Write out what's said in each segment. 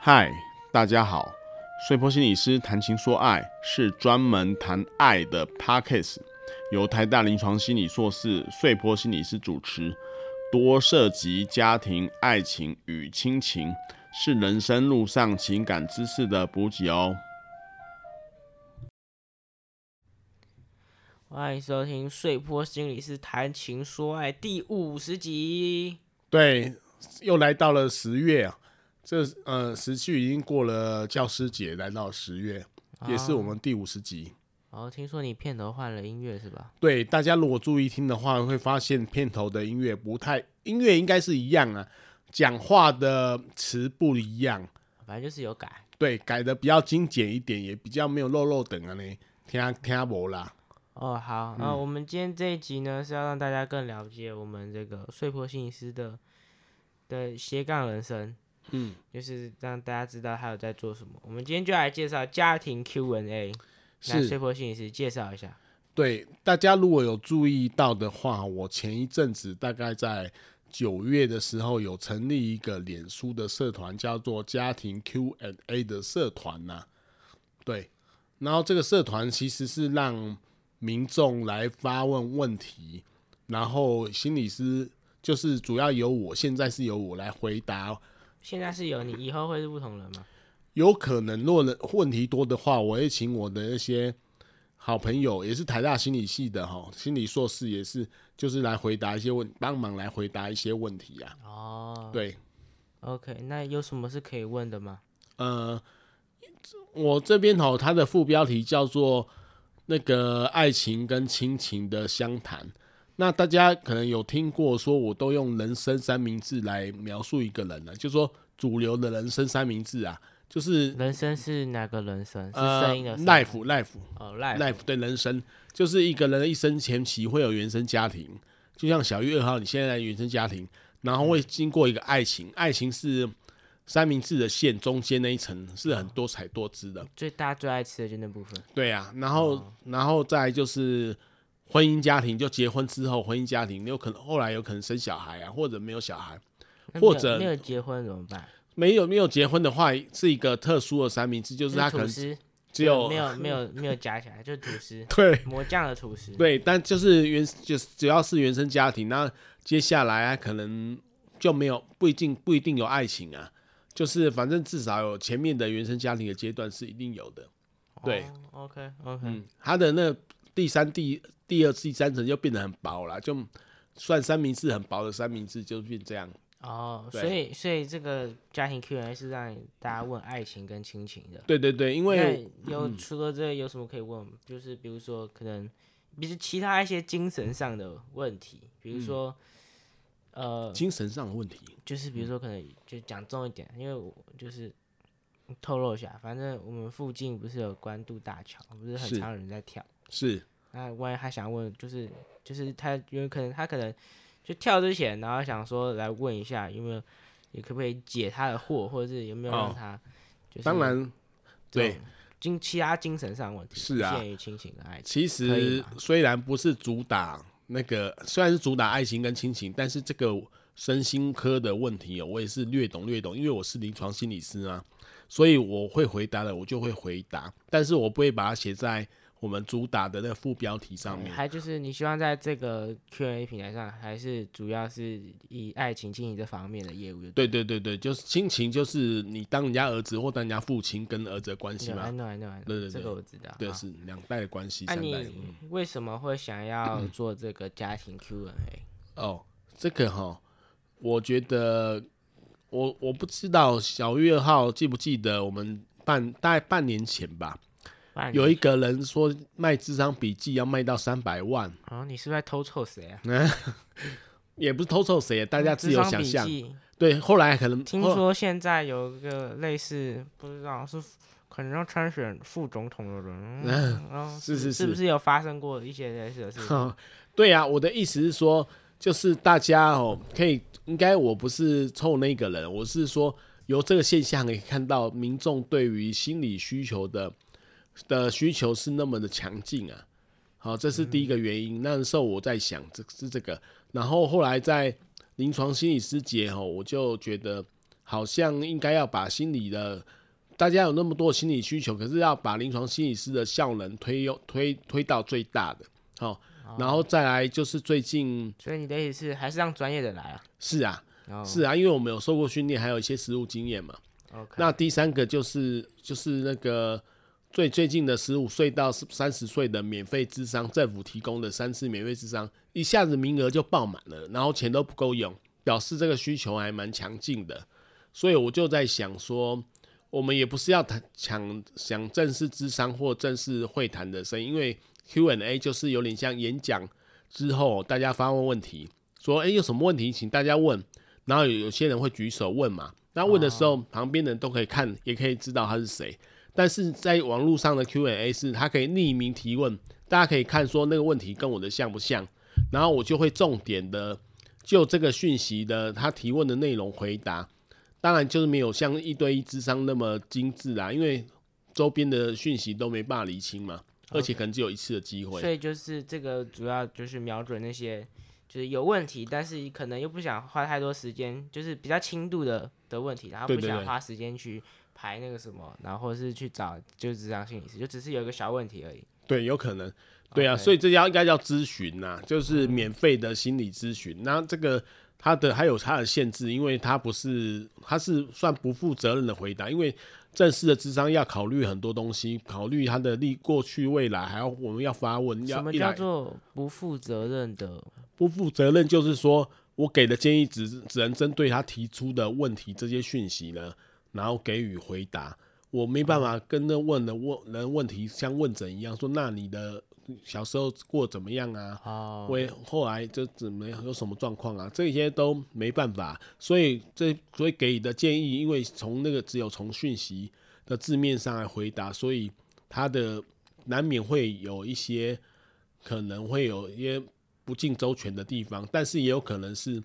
嗨，大家好，碎坡心理师谈情说爱是专门谈爱的 podcast，由台大临床心理硕士碎坡心理师主持，多涉及家庭、爱情与亲情，是人生路上情感知识的补给哦。欢迎收听《碎坡心理师谈情说爱》第五十集。对，又来到了十月啊，这呃时序已经过了教师节，来到十月，也啊是我们第五十集。哦，听说你片头换了音乐是吧？对，大家如果注意听的话，会发现片头的音乐不太，音乐应该是一样啊，讲话的词不一样，反正就是有改。对，改的比较精简一点，也比较没有漏漏等啊呢，听听无啦。哦，好，那、嗯我们今天这一集呢是要让大家更了解我们这个碎坡心理师的的斜杠人生，嗯，就是让大家知道他有在做什么。我们今天就来介绍家庭 Q&A，来是碎坡心理师介绍一下。对，大家如果有注意到的话，我前一阵子大概在九月的时候有成立一个脸书的社团，叫做家庭 Q&A 的社团呐、对，然后这个社团其实是让民众来发问问题，然后心理师就是主要由我，现在是由我来回答。现在是有你，以后会是不同人吗？有可能，若人问题多的话，我会请我的一些好朋友，也是台大心理系的哈，心理硕士也是，就是来回答一些问，帮忙来回答一些问题啊。哦，对， ，OK，那有什么是可以问的吗？呃，我这边吼，它的副标题叫做那个爱情跟亲情的相谈。那大家可能有听过，说我都用人生三明治来描述一个人呢、就说主流的人生三明治啊，就是人生是哪个人生？是呃声音的声，life life 哦，life life 对人生，就是一个人的一生前期会有原生家庭，就像小玉二号，你现在的原生家庭，然后会经过一个爱情，爱情是三明治的线中间那一层是很多彩多姿的，最大最爱吃的就那部分。对啊，然后、哦然后再来就是婚姻家庭，就结婚之后婚姻家庭，你有可能后来有可能生小孩啊，或者没有小孩，那没有或者没有结婚怎么办？没有没有结婚的话是一个特殊的三明治，就是他可吐能司，只有，没有没有 没有夹起来，就是吐司 对。磨酱的吐司。对，但就是原就是只要是原生家庭，那接下来啊可能就没有不一定不一定有爱情啊，就是反正至少有前面的原生家庭的阶段是一定有的。对哦，OK OK，嗯，他的那第三第第二第三层就变得很薄了，就算三明治很薄的三明治就变这样。哦，对所以所以这个家庭 Q&A 是让大家问爱情跟亲情的。对对对，嗯因为那有除了这个有什么可以问吗？就是比如说可能，比如其他一些精神上的问题，比如说，呃，精神上的问题。就是嗯比如说，可能就讲重一点，因为我就是透露一下，反正我们附近不是有关渡大桥，不是很是常有人在跳。是那万一他想问，就是就是他有可能他可能就跳之前，然后想说来问一下有没有，你可不可以解他的惑，或者是有没有让哦他就是当然，对精其他精神上的问题，是不啊限于亲情的爱情。其可以实吗虽然不是主打那个，虽然是主打爱情跟亲情，但是这个身心科的问题哦，我也是略懂略懂，因为我是临床心理师啊，所以我会回答的，我就会回答，但是我不会把它写在我们主打的那个副标题上面。还就是你希望在这个 Q&A 平台上，还是主要是以爱情经营这方面的业务就对对对对，就是亲情，就是你当人家儿子或当人家父亲跟儿子的关系有嘛，安暖安暖，对对这对个我知道。对，好是两代的关系，那三代的。嗯你为什么会想要做这个家庭 Q&A？哦，这个哈，我觉得我我不知道小月号记不记得我们半大概半年前吧，不然你有一个人说卖智商笔记要卖到三百万，哦，你是不是在偷凑谁啊？也不是偷凑谁，大家自由智商想笔象。记对，后来可能听后说现在有一个类似，不知道是可能要参选副总统的人， 嗯，哦是是是不是是有发生过一些类似的事情？ 对啊，我的意思是说，就是大家哦，可以应该我不是臭那个人，我是说由这个现象可以看到，民众对于心理需求的的需求是那么的强劲啊。好，这是第一个原因。那时候我在想，这是这个，然后后来在临床心理师节哦，我就觉得好像应该要把心理的，大家有那么多心理需求，可是要把临床心理师的效能推推推到最大的，好、然后再来就是最近所以你的意思是还是让专业的来啊？是啊然后是啊，因为我们有受过训练，还有一些实务经验嘛。 OK，那第三个就是就是那个最最近的十五岁到三十岁的免费智商，政府提供的三次免费智商，一下子名额就爆满了，然后钱都不够用，表示这个需求还蛮强劲的。所以我就在想说，我们也不是要谈抢想正式智商或正式会谈的声音，因为 Q&A 就是有点像演讲之后大家发问问题，说诶有什么问题请大家问，然后有有些人会举手问嘛，那问的时候、旁边的人都可以看，也可以知道他是谁。但是在网络上的 Q&A 是，他可以匿名提问，大家可以看说那个问题跟我的像不像，然后我就会重点的就这个讯息的他提问的内容回答。当然就是没有像一对一智商那么精致啦，因为周边的讯息都没办法厘清嘛，而且可能只有一次的机会。所以就是这个主要就是瞄准那些就是有问题，但是可能又不想花太多时间，就是比较轻度的的问题，然后对不对想对花时间去排那个什么，然后或是去找就是智商心理师，就只是有一个小问题而已。对，有可能。对啊 OK 所以这叫应该叫咨询呐，就是免费的心理咨询。那这个它的还有它的限制，因为它不是，它是算不负责任的回答，因为正式的智商要考虑很多东西，考虑他的历过去、未来，还要我们要发问，什要么一叫来做不负责任的？不负责任，就是说我给的建议只只能针对他提出的问题这些讯息呢，然后给予回答。我没办法跟那问的问人问题像问诊一样，说那你的小时候过得怎么样啊？哦，为后来就怎么有什么状况啊？这些都没办法，所以这所以给予的建议，因为从那个只有从讯息的字面上来回答，所以他的难免会有一些可能会有一些不尽周全的地方，但是也有可能是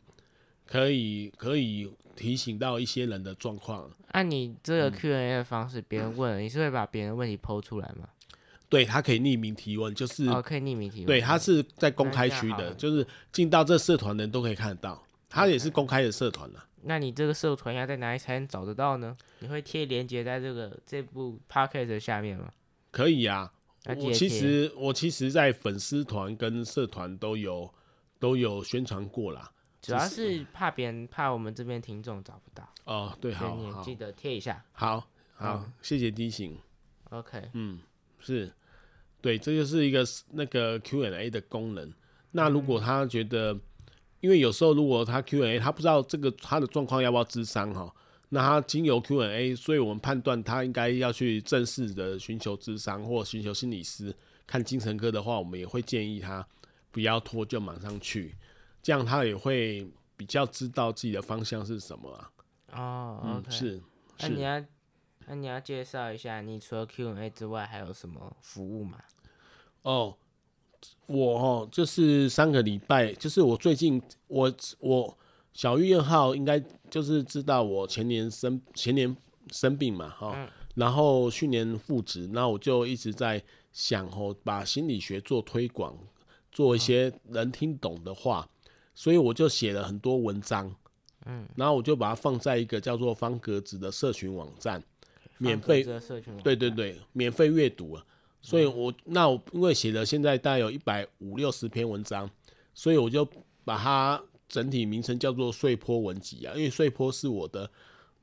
可以可以提醒到一些人的状况。按你这嗯个 Q&A 的方式，别人问了，你是会把别人的问题剖出来吗？对他可以匿名提问，就是、哦，可以匿名提问。对，它是在公开区那这样的，好就是进到这社团的人都可以看得到，它也是公开的社团啊了。那你这个社团要在哪里才能找得到呢？你会贴链接在这个这部 podcast 的下面吗？可以啊，那记我得其贴实我其实，在粉丝团跟社团都有都有宣传过啦。主要只是怕别人怕我们这边听众找不到，哦，对，所以好你也好记得贴一下。好好，谢谢提醒。 OK，嗯，是，对，这就是一个 s- 那个 Q&A 的功能。那如嗯果他觉得，因为有时候如果他 Q&A，他不知道这个他的状况要不要智商哈，那他经由 Q&A，所以我们判断他应该要去正式的寻求智商或寻求心理师。看精神科的话，我们也会建议他不要拖，就马上去，这样他也会比较知道自己的方向是什么啊。哦嗯，OK，，是那是你。要那你要介绍一下，你除了 Q&A 之外还有什么服务吗？哦，我哦，就是上个礼拜，就是我最近我我小玉二号应该就是知道我前年生前年生病嘛，哈、然后去年复职，那我就一直在想哦，把心理学做推广，做一些能听懂的话，所以我就写了很多文章，嗯，然后我就把它放在一个叫做方格子的社群网站，免放费这个社群网对对站，对，免费阅读啊。所以我那我因为写了现在大概有一百五六十篇文章，所以我就把它整体名称叫做“碎坡文集”啊，因为“碎坡”是我的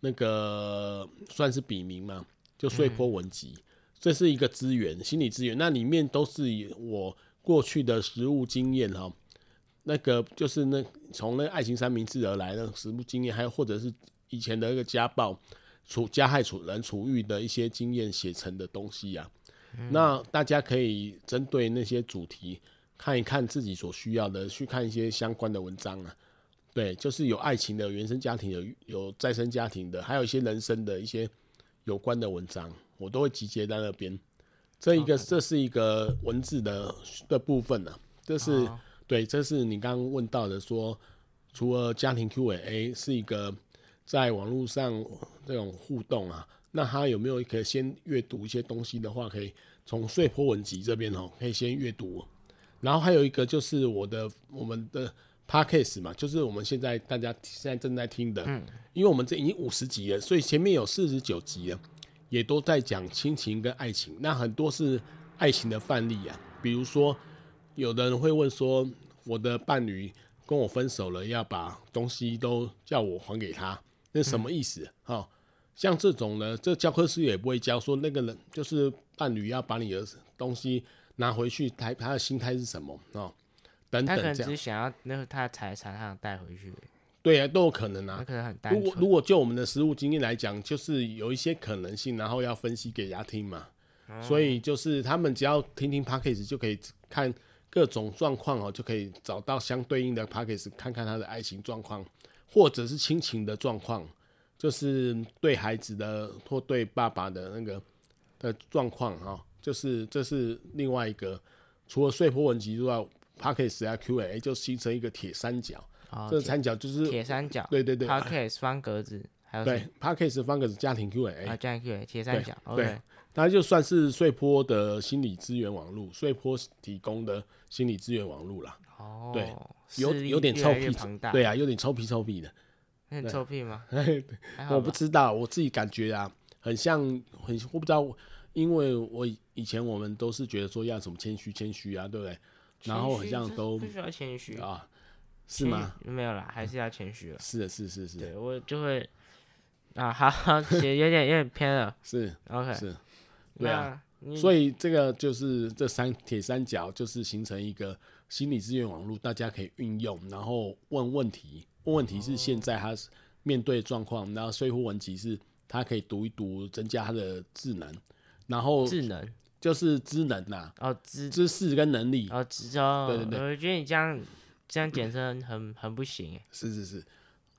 那个算是笔名嘛，就“碎坡文集”这是一个资源，心理资源。那里面都是以我过去的实务经验哈、那个就是那从那个爱情三明治而来的实务经验，还有或者是以前的那个家暴、处加害处人处遇的一些经验写成的东西呀、那大家可以针对那些主题看一看自己所需要的，去看一些相关的文章啊。对，就是有爱情的、原生家庭的、有有再生家庭的，还有一些人生的一些有关的文章，我都会集结在那边。这一个这是一个文字的的部分呢、啊，这是、哦对，这是你刚刚问到的说，除了家庭 Q&A 是一个在网络上这种互动啊，那他有没有可以先阅读一些东西的话，可以从碎坡文集这边哦，可以先阅读。然后还有一个就是我的我们的 podcast 嘛，就是我们现在大家现在正在听的，因为我们这已经五十集了，所以前面有四十九集了，也都在讲亲情跟爱情，那很多是爱情的范例啊，比如说有的人会问说，我的伴侣跟我分手了，要把东西都叫我还给他，那什么意思？嗯哦，像这种呢，这教科书也不会教说那个人就是伴侣要把你的东西拿回去，他他的心态是什么哦，等他等可能这只样是，想要那个他的财产，他想带回去，对啊，都有可能啊他。可能很单如果纯。如果就我们的实务经验来讲，就是有一些可能性，然后要分析给大家听嘛。哦所以就是他们只要听听 p a c k a g e 就可以看各种状况哦，就可以找到相对应的 p a c k a g e 看看他的爱情状况，或者是亲情的状况，就是对孩子的或对爸爸的那个的状况哈、就是这是另外一个，除了碎波文集之外 p a c k a g e 啊 Q&A 就形成一个铁三角，哦这个三角就是铁三角，对对对 p o d c a s 方格子，还有什啊对 p a c k a g e 方格子家庭 Q&A，么啊，这样可以铁三角对，OK，，它就算是穗波的心理资源网络，穗波提供的心理资源网络啦，哦，对有势力有点越臭来越屁庞，大，对啊，有点臭屁臭屁的，那很臭 屁吗？还好我不吧，知道，我自己感觉啊，很像，很我不知道，因为我以以前我们都是觉得说要什么谦虚谦虚啊，对不对？然后谦好虚像这都不需要谦虚，啊，是吗？谦？嗯没有啦，还是要谦虚了。是的是是是对我就会啊，好，好，也有点有点偏了是，OK，是，对啊。那你所以这个就是这三铁三角，就是形成一个心理资源网络，大家可以运用，然后问问题。问问题是现在他是面对的状况，然后碎户文集是他可以读一读，增加他的智能，然后智能就是知能呐、哦，知知识跟能力。哦，知道，对对对我觉得你这样这样简称很很不行欸，是是是，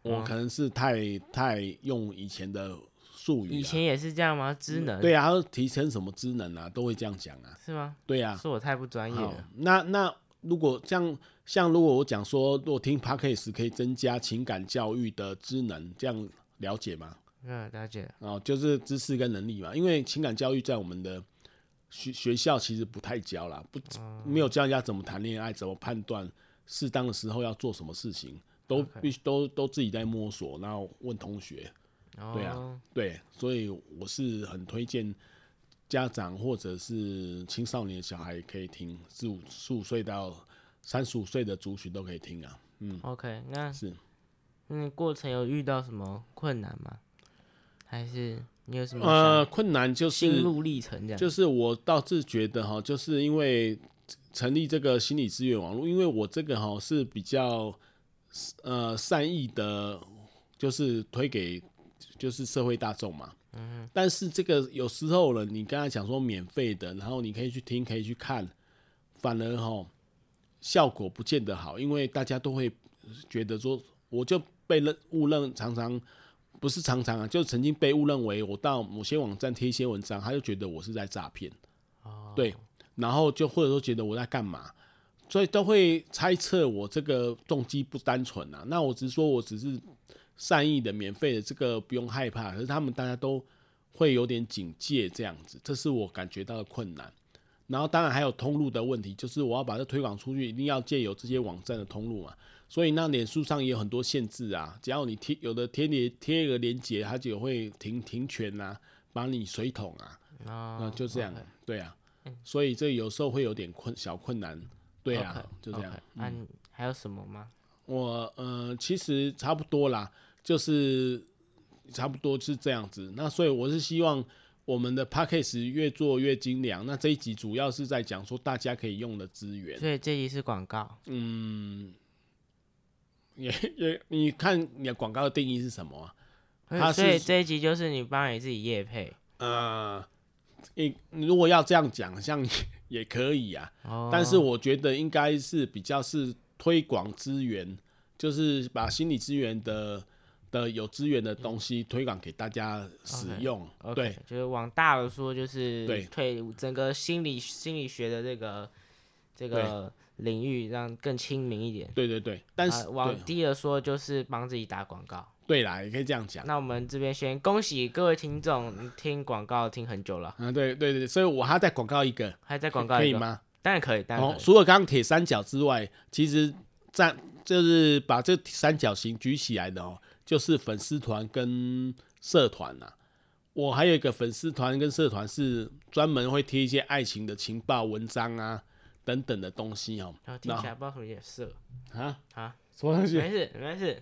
我可能是太太用以前的术语、啊，以前也是这样吗？知能对啊，他说提升什么智能啊，都会这样讲啊。是吗？对啊，是我太不专业好了，，那那如果像像如果我讲说，如果听 podcast 可以增加情感教育的知能，这样了解吗？嗯，了解了，哦，就是知识跟能力嘛，因为情感教育在我们的学学校其实不太教啦，不哦没有教人家怎么谈恋爱，怎么判断适当的时候要做什么事情，都必须都都自己在摸索，然后问同学。对啊哦，对，所以我是很推荐家长或者是青少年小孩可以听，十五十五岁到三十五岁的族群都可以听啊。 OK，那是嗯，过程有遇到什么困难吗？还是你有什么呃，想困难就心是路历程这样？就是我倒是觉得哈，就是因为成立这个心理资源网络，因为我这个哈是比较呃善意的，就是推给就是社会大众嘛。嗯、但是这个有时候了，你刚才讲说免费的，然后你可以去听，可以去看，反而哈效果不见得好，因为大家都会觉得说，我就被认误认，常常不是常常啊，就曾经被误认为我到某些网站贴一些文章，他就觉得我是在诈骗，哦，对，然后就或者说觉得我在干嘛，所以都会猜测我这个动机不单纯啊。那我只是说我只是善意的、免费的，这个不用害怕。可是他们大家都会有点警戒这样子，这是我感觉到的困难。然后当然还有通路的问题，就是我要把这推广出去，一定要借由这些网站的通路嘛。所以那脸书上也有很多限制啊，只要你贴有的贴连贴一个链接，它就会停停权啊，把你水桶啊，哦，那就这样 OK，嗯对啊，所以这有时候会有点困小困难，对啊 OK，就这样 OK，。那你还有什么吗？我呃，其实差不多啦，就是差不多是这样子。那所以我是希望我们的 p a c k a g e 越做越精良。那这一集主要是在讲说大家可以用的资源，所以这集是广告，嗯，也也你看你的广告的定义是什么、啊？它所以是这一集就是你帮你自己夜配呃，你你如果要这样讲，好像也可以啊。哦，但是我觉得应该是比较是推广资源，就是把心理资源的的有资源的东西推广给大家使用。 OK，对，就是往大了说，就是对退整个心理心理学的这个这个领域，让更亲民一点。对对对，但是、啊，往对低了说，就是帮自己打广告。对啦，也可以这样讲。那我们这边先恭喜各位听众，听广告听很久了，啊，对对对，所以我还要再广告一个，还在广告可一以个？吗？当然可以，当然哦，可以。除了刚刚铁三角之外，其实站就是把这三角形举起来的哦，就是粉丝团跟社团呐、我还有一个粉丝团跟社团是专门会贴一些爱情的情报文章啊等等的东西哦。然后听起来不知道什么颜色啊，啊，什么东西？没事没事，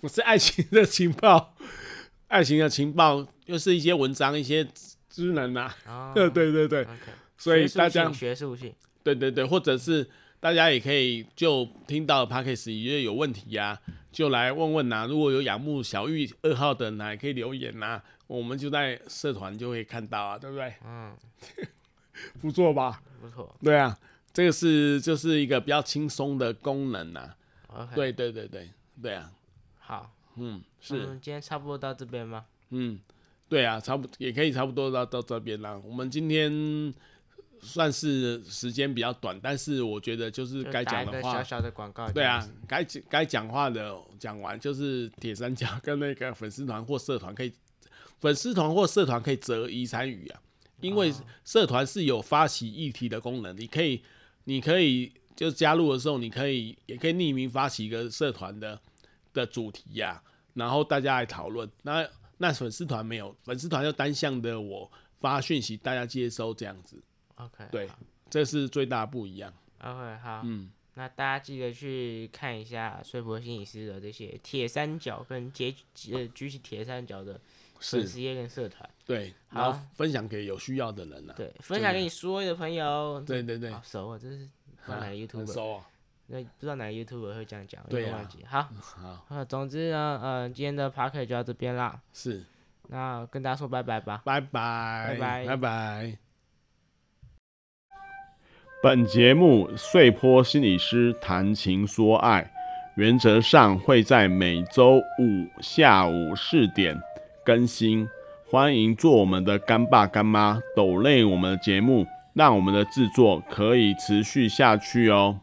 不是爱情的情报，爱情的情报又是一些文章、一些知能啊。哦 对对对， ，OK，所以学术大家性学术性，对对对，或者是大家也可以就听到 p a c k a g e 也有问题呀、就来问问呐、如果有仰慕小玉二号的呢，也可以留言呐、我们就在社团就会看到啊，对不对？嗯，不错吧？不错对啊，这个是就是一个比较轻松的功能呐、 ，OK，，对对对对对啊，好，嗯，那我是们今天差不多到这边吗？嗯，对啊，差不也可以差不多到到这边啦。我们今天算是时间比较短，但是我觉得就是就该打讲一的个话小，小的广告，对啊，，该讲该讲话的讲完，就是铁三角跟那个粉丝团或社团可以，粉丝团或社团可以择一参与啊，因为社团是有发起议题的功能，你可以，你可以就加入的时候，你可以也可以匿名发起一个社团的的主题呀、然后大家来讨论。那那粉丝团没有，粉丝团就单向的我发讯息，大家接收这样子， OK，对，这是最大不一样。 ，OK，好，嗯，那大家记得去看一下睡婆心理师的这些铁三角跟结呃举起铁三角的粉是丝页跟社团，对，好然后分享给有需要的人啊。对，分享给你所有的朋友。对对对好，熟啊，这是不知道啊哪个很 YouTube，熟啊。那不知道哪个 YouTube 会这样讲，我对有点啊忘记。好，好，呃，总之呢，呃，今天的 p a r k e 就到这边啦，是，那跟大家说拜拜吧。拜拜，拜拜拜拜。本节目《碎坡心理师谈情说爱》，原则上会在每周五下午四点更新，欢迎做我们的干爸干妈，抖累我们的节目，让我们的制作可以持续下去哦。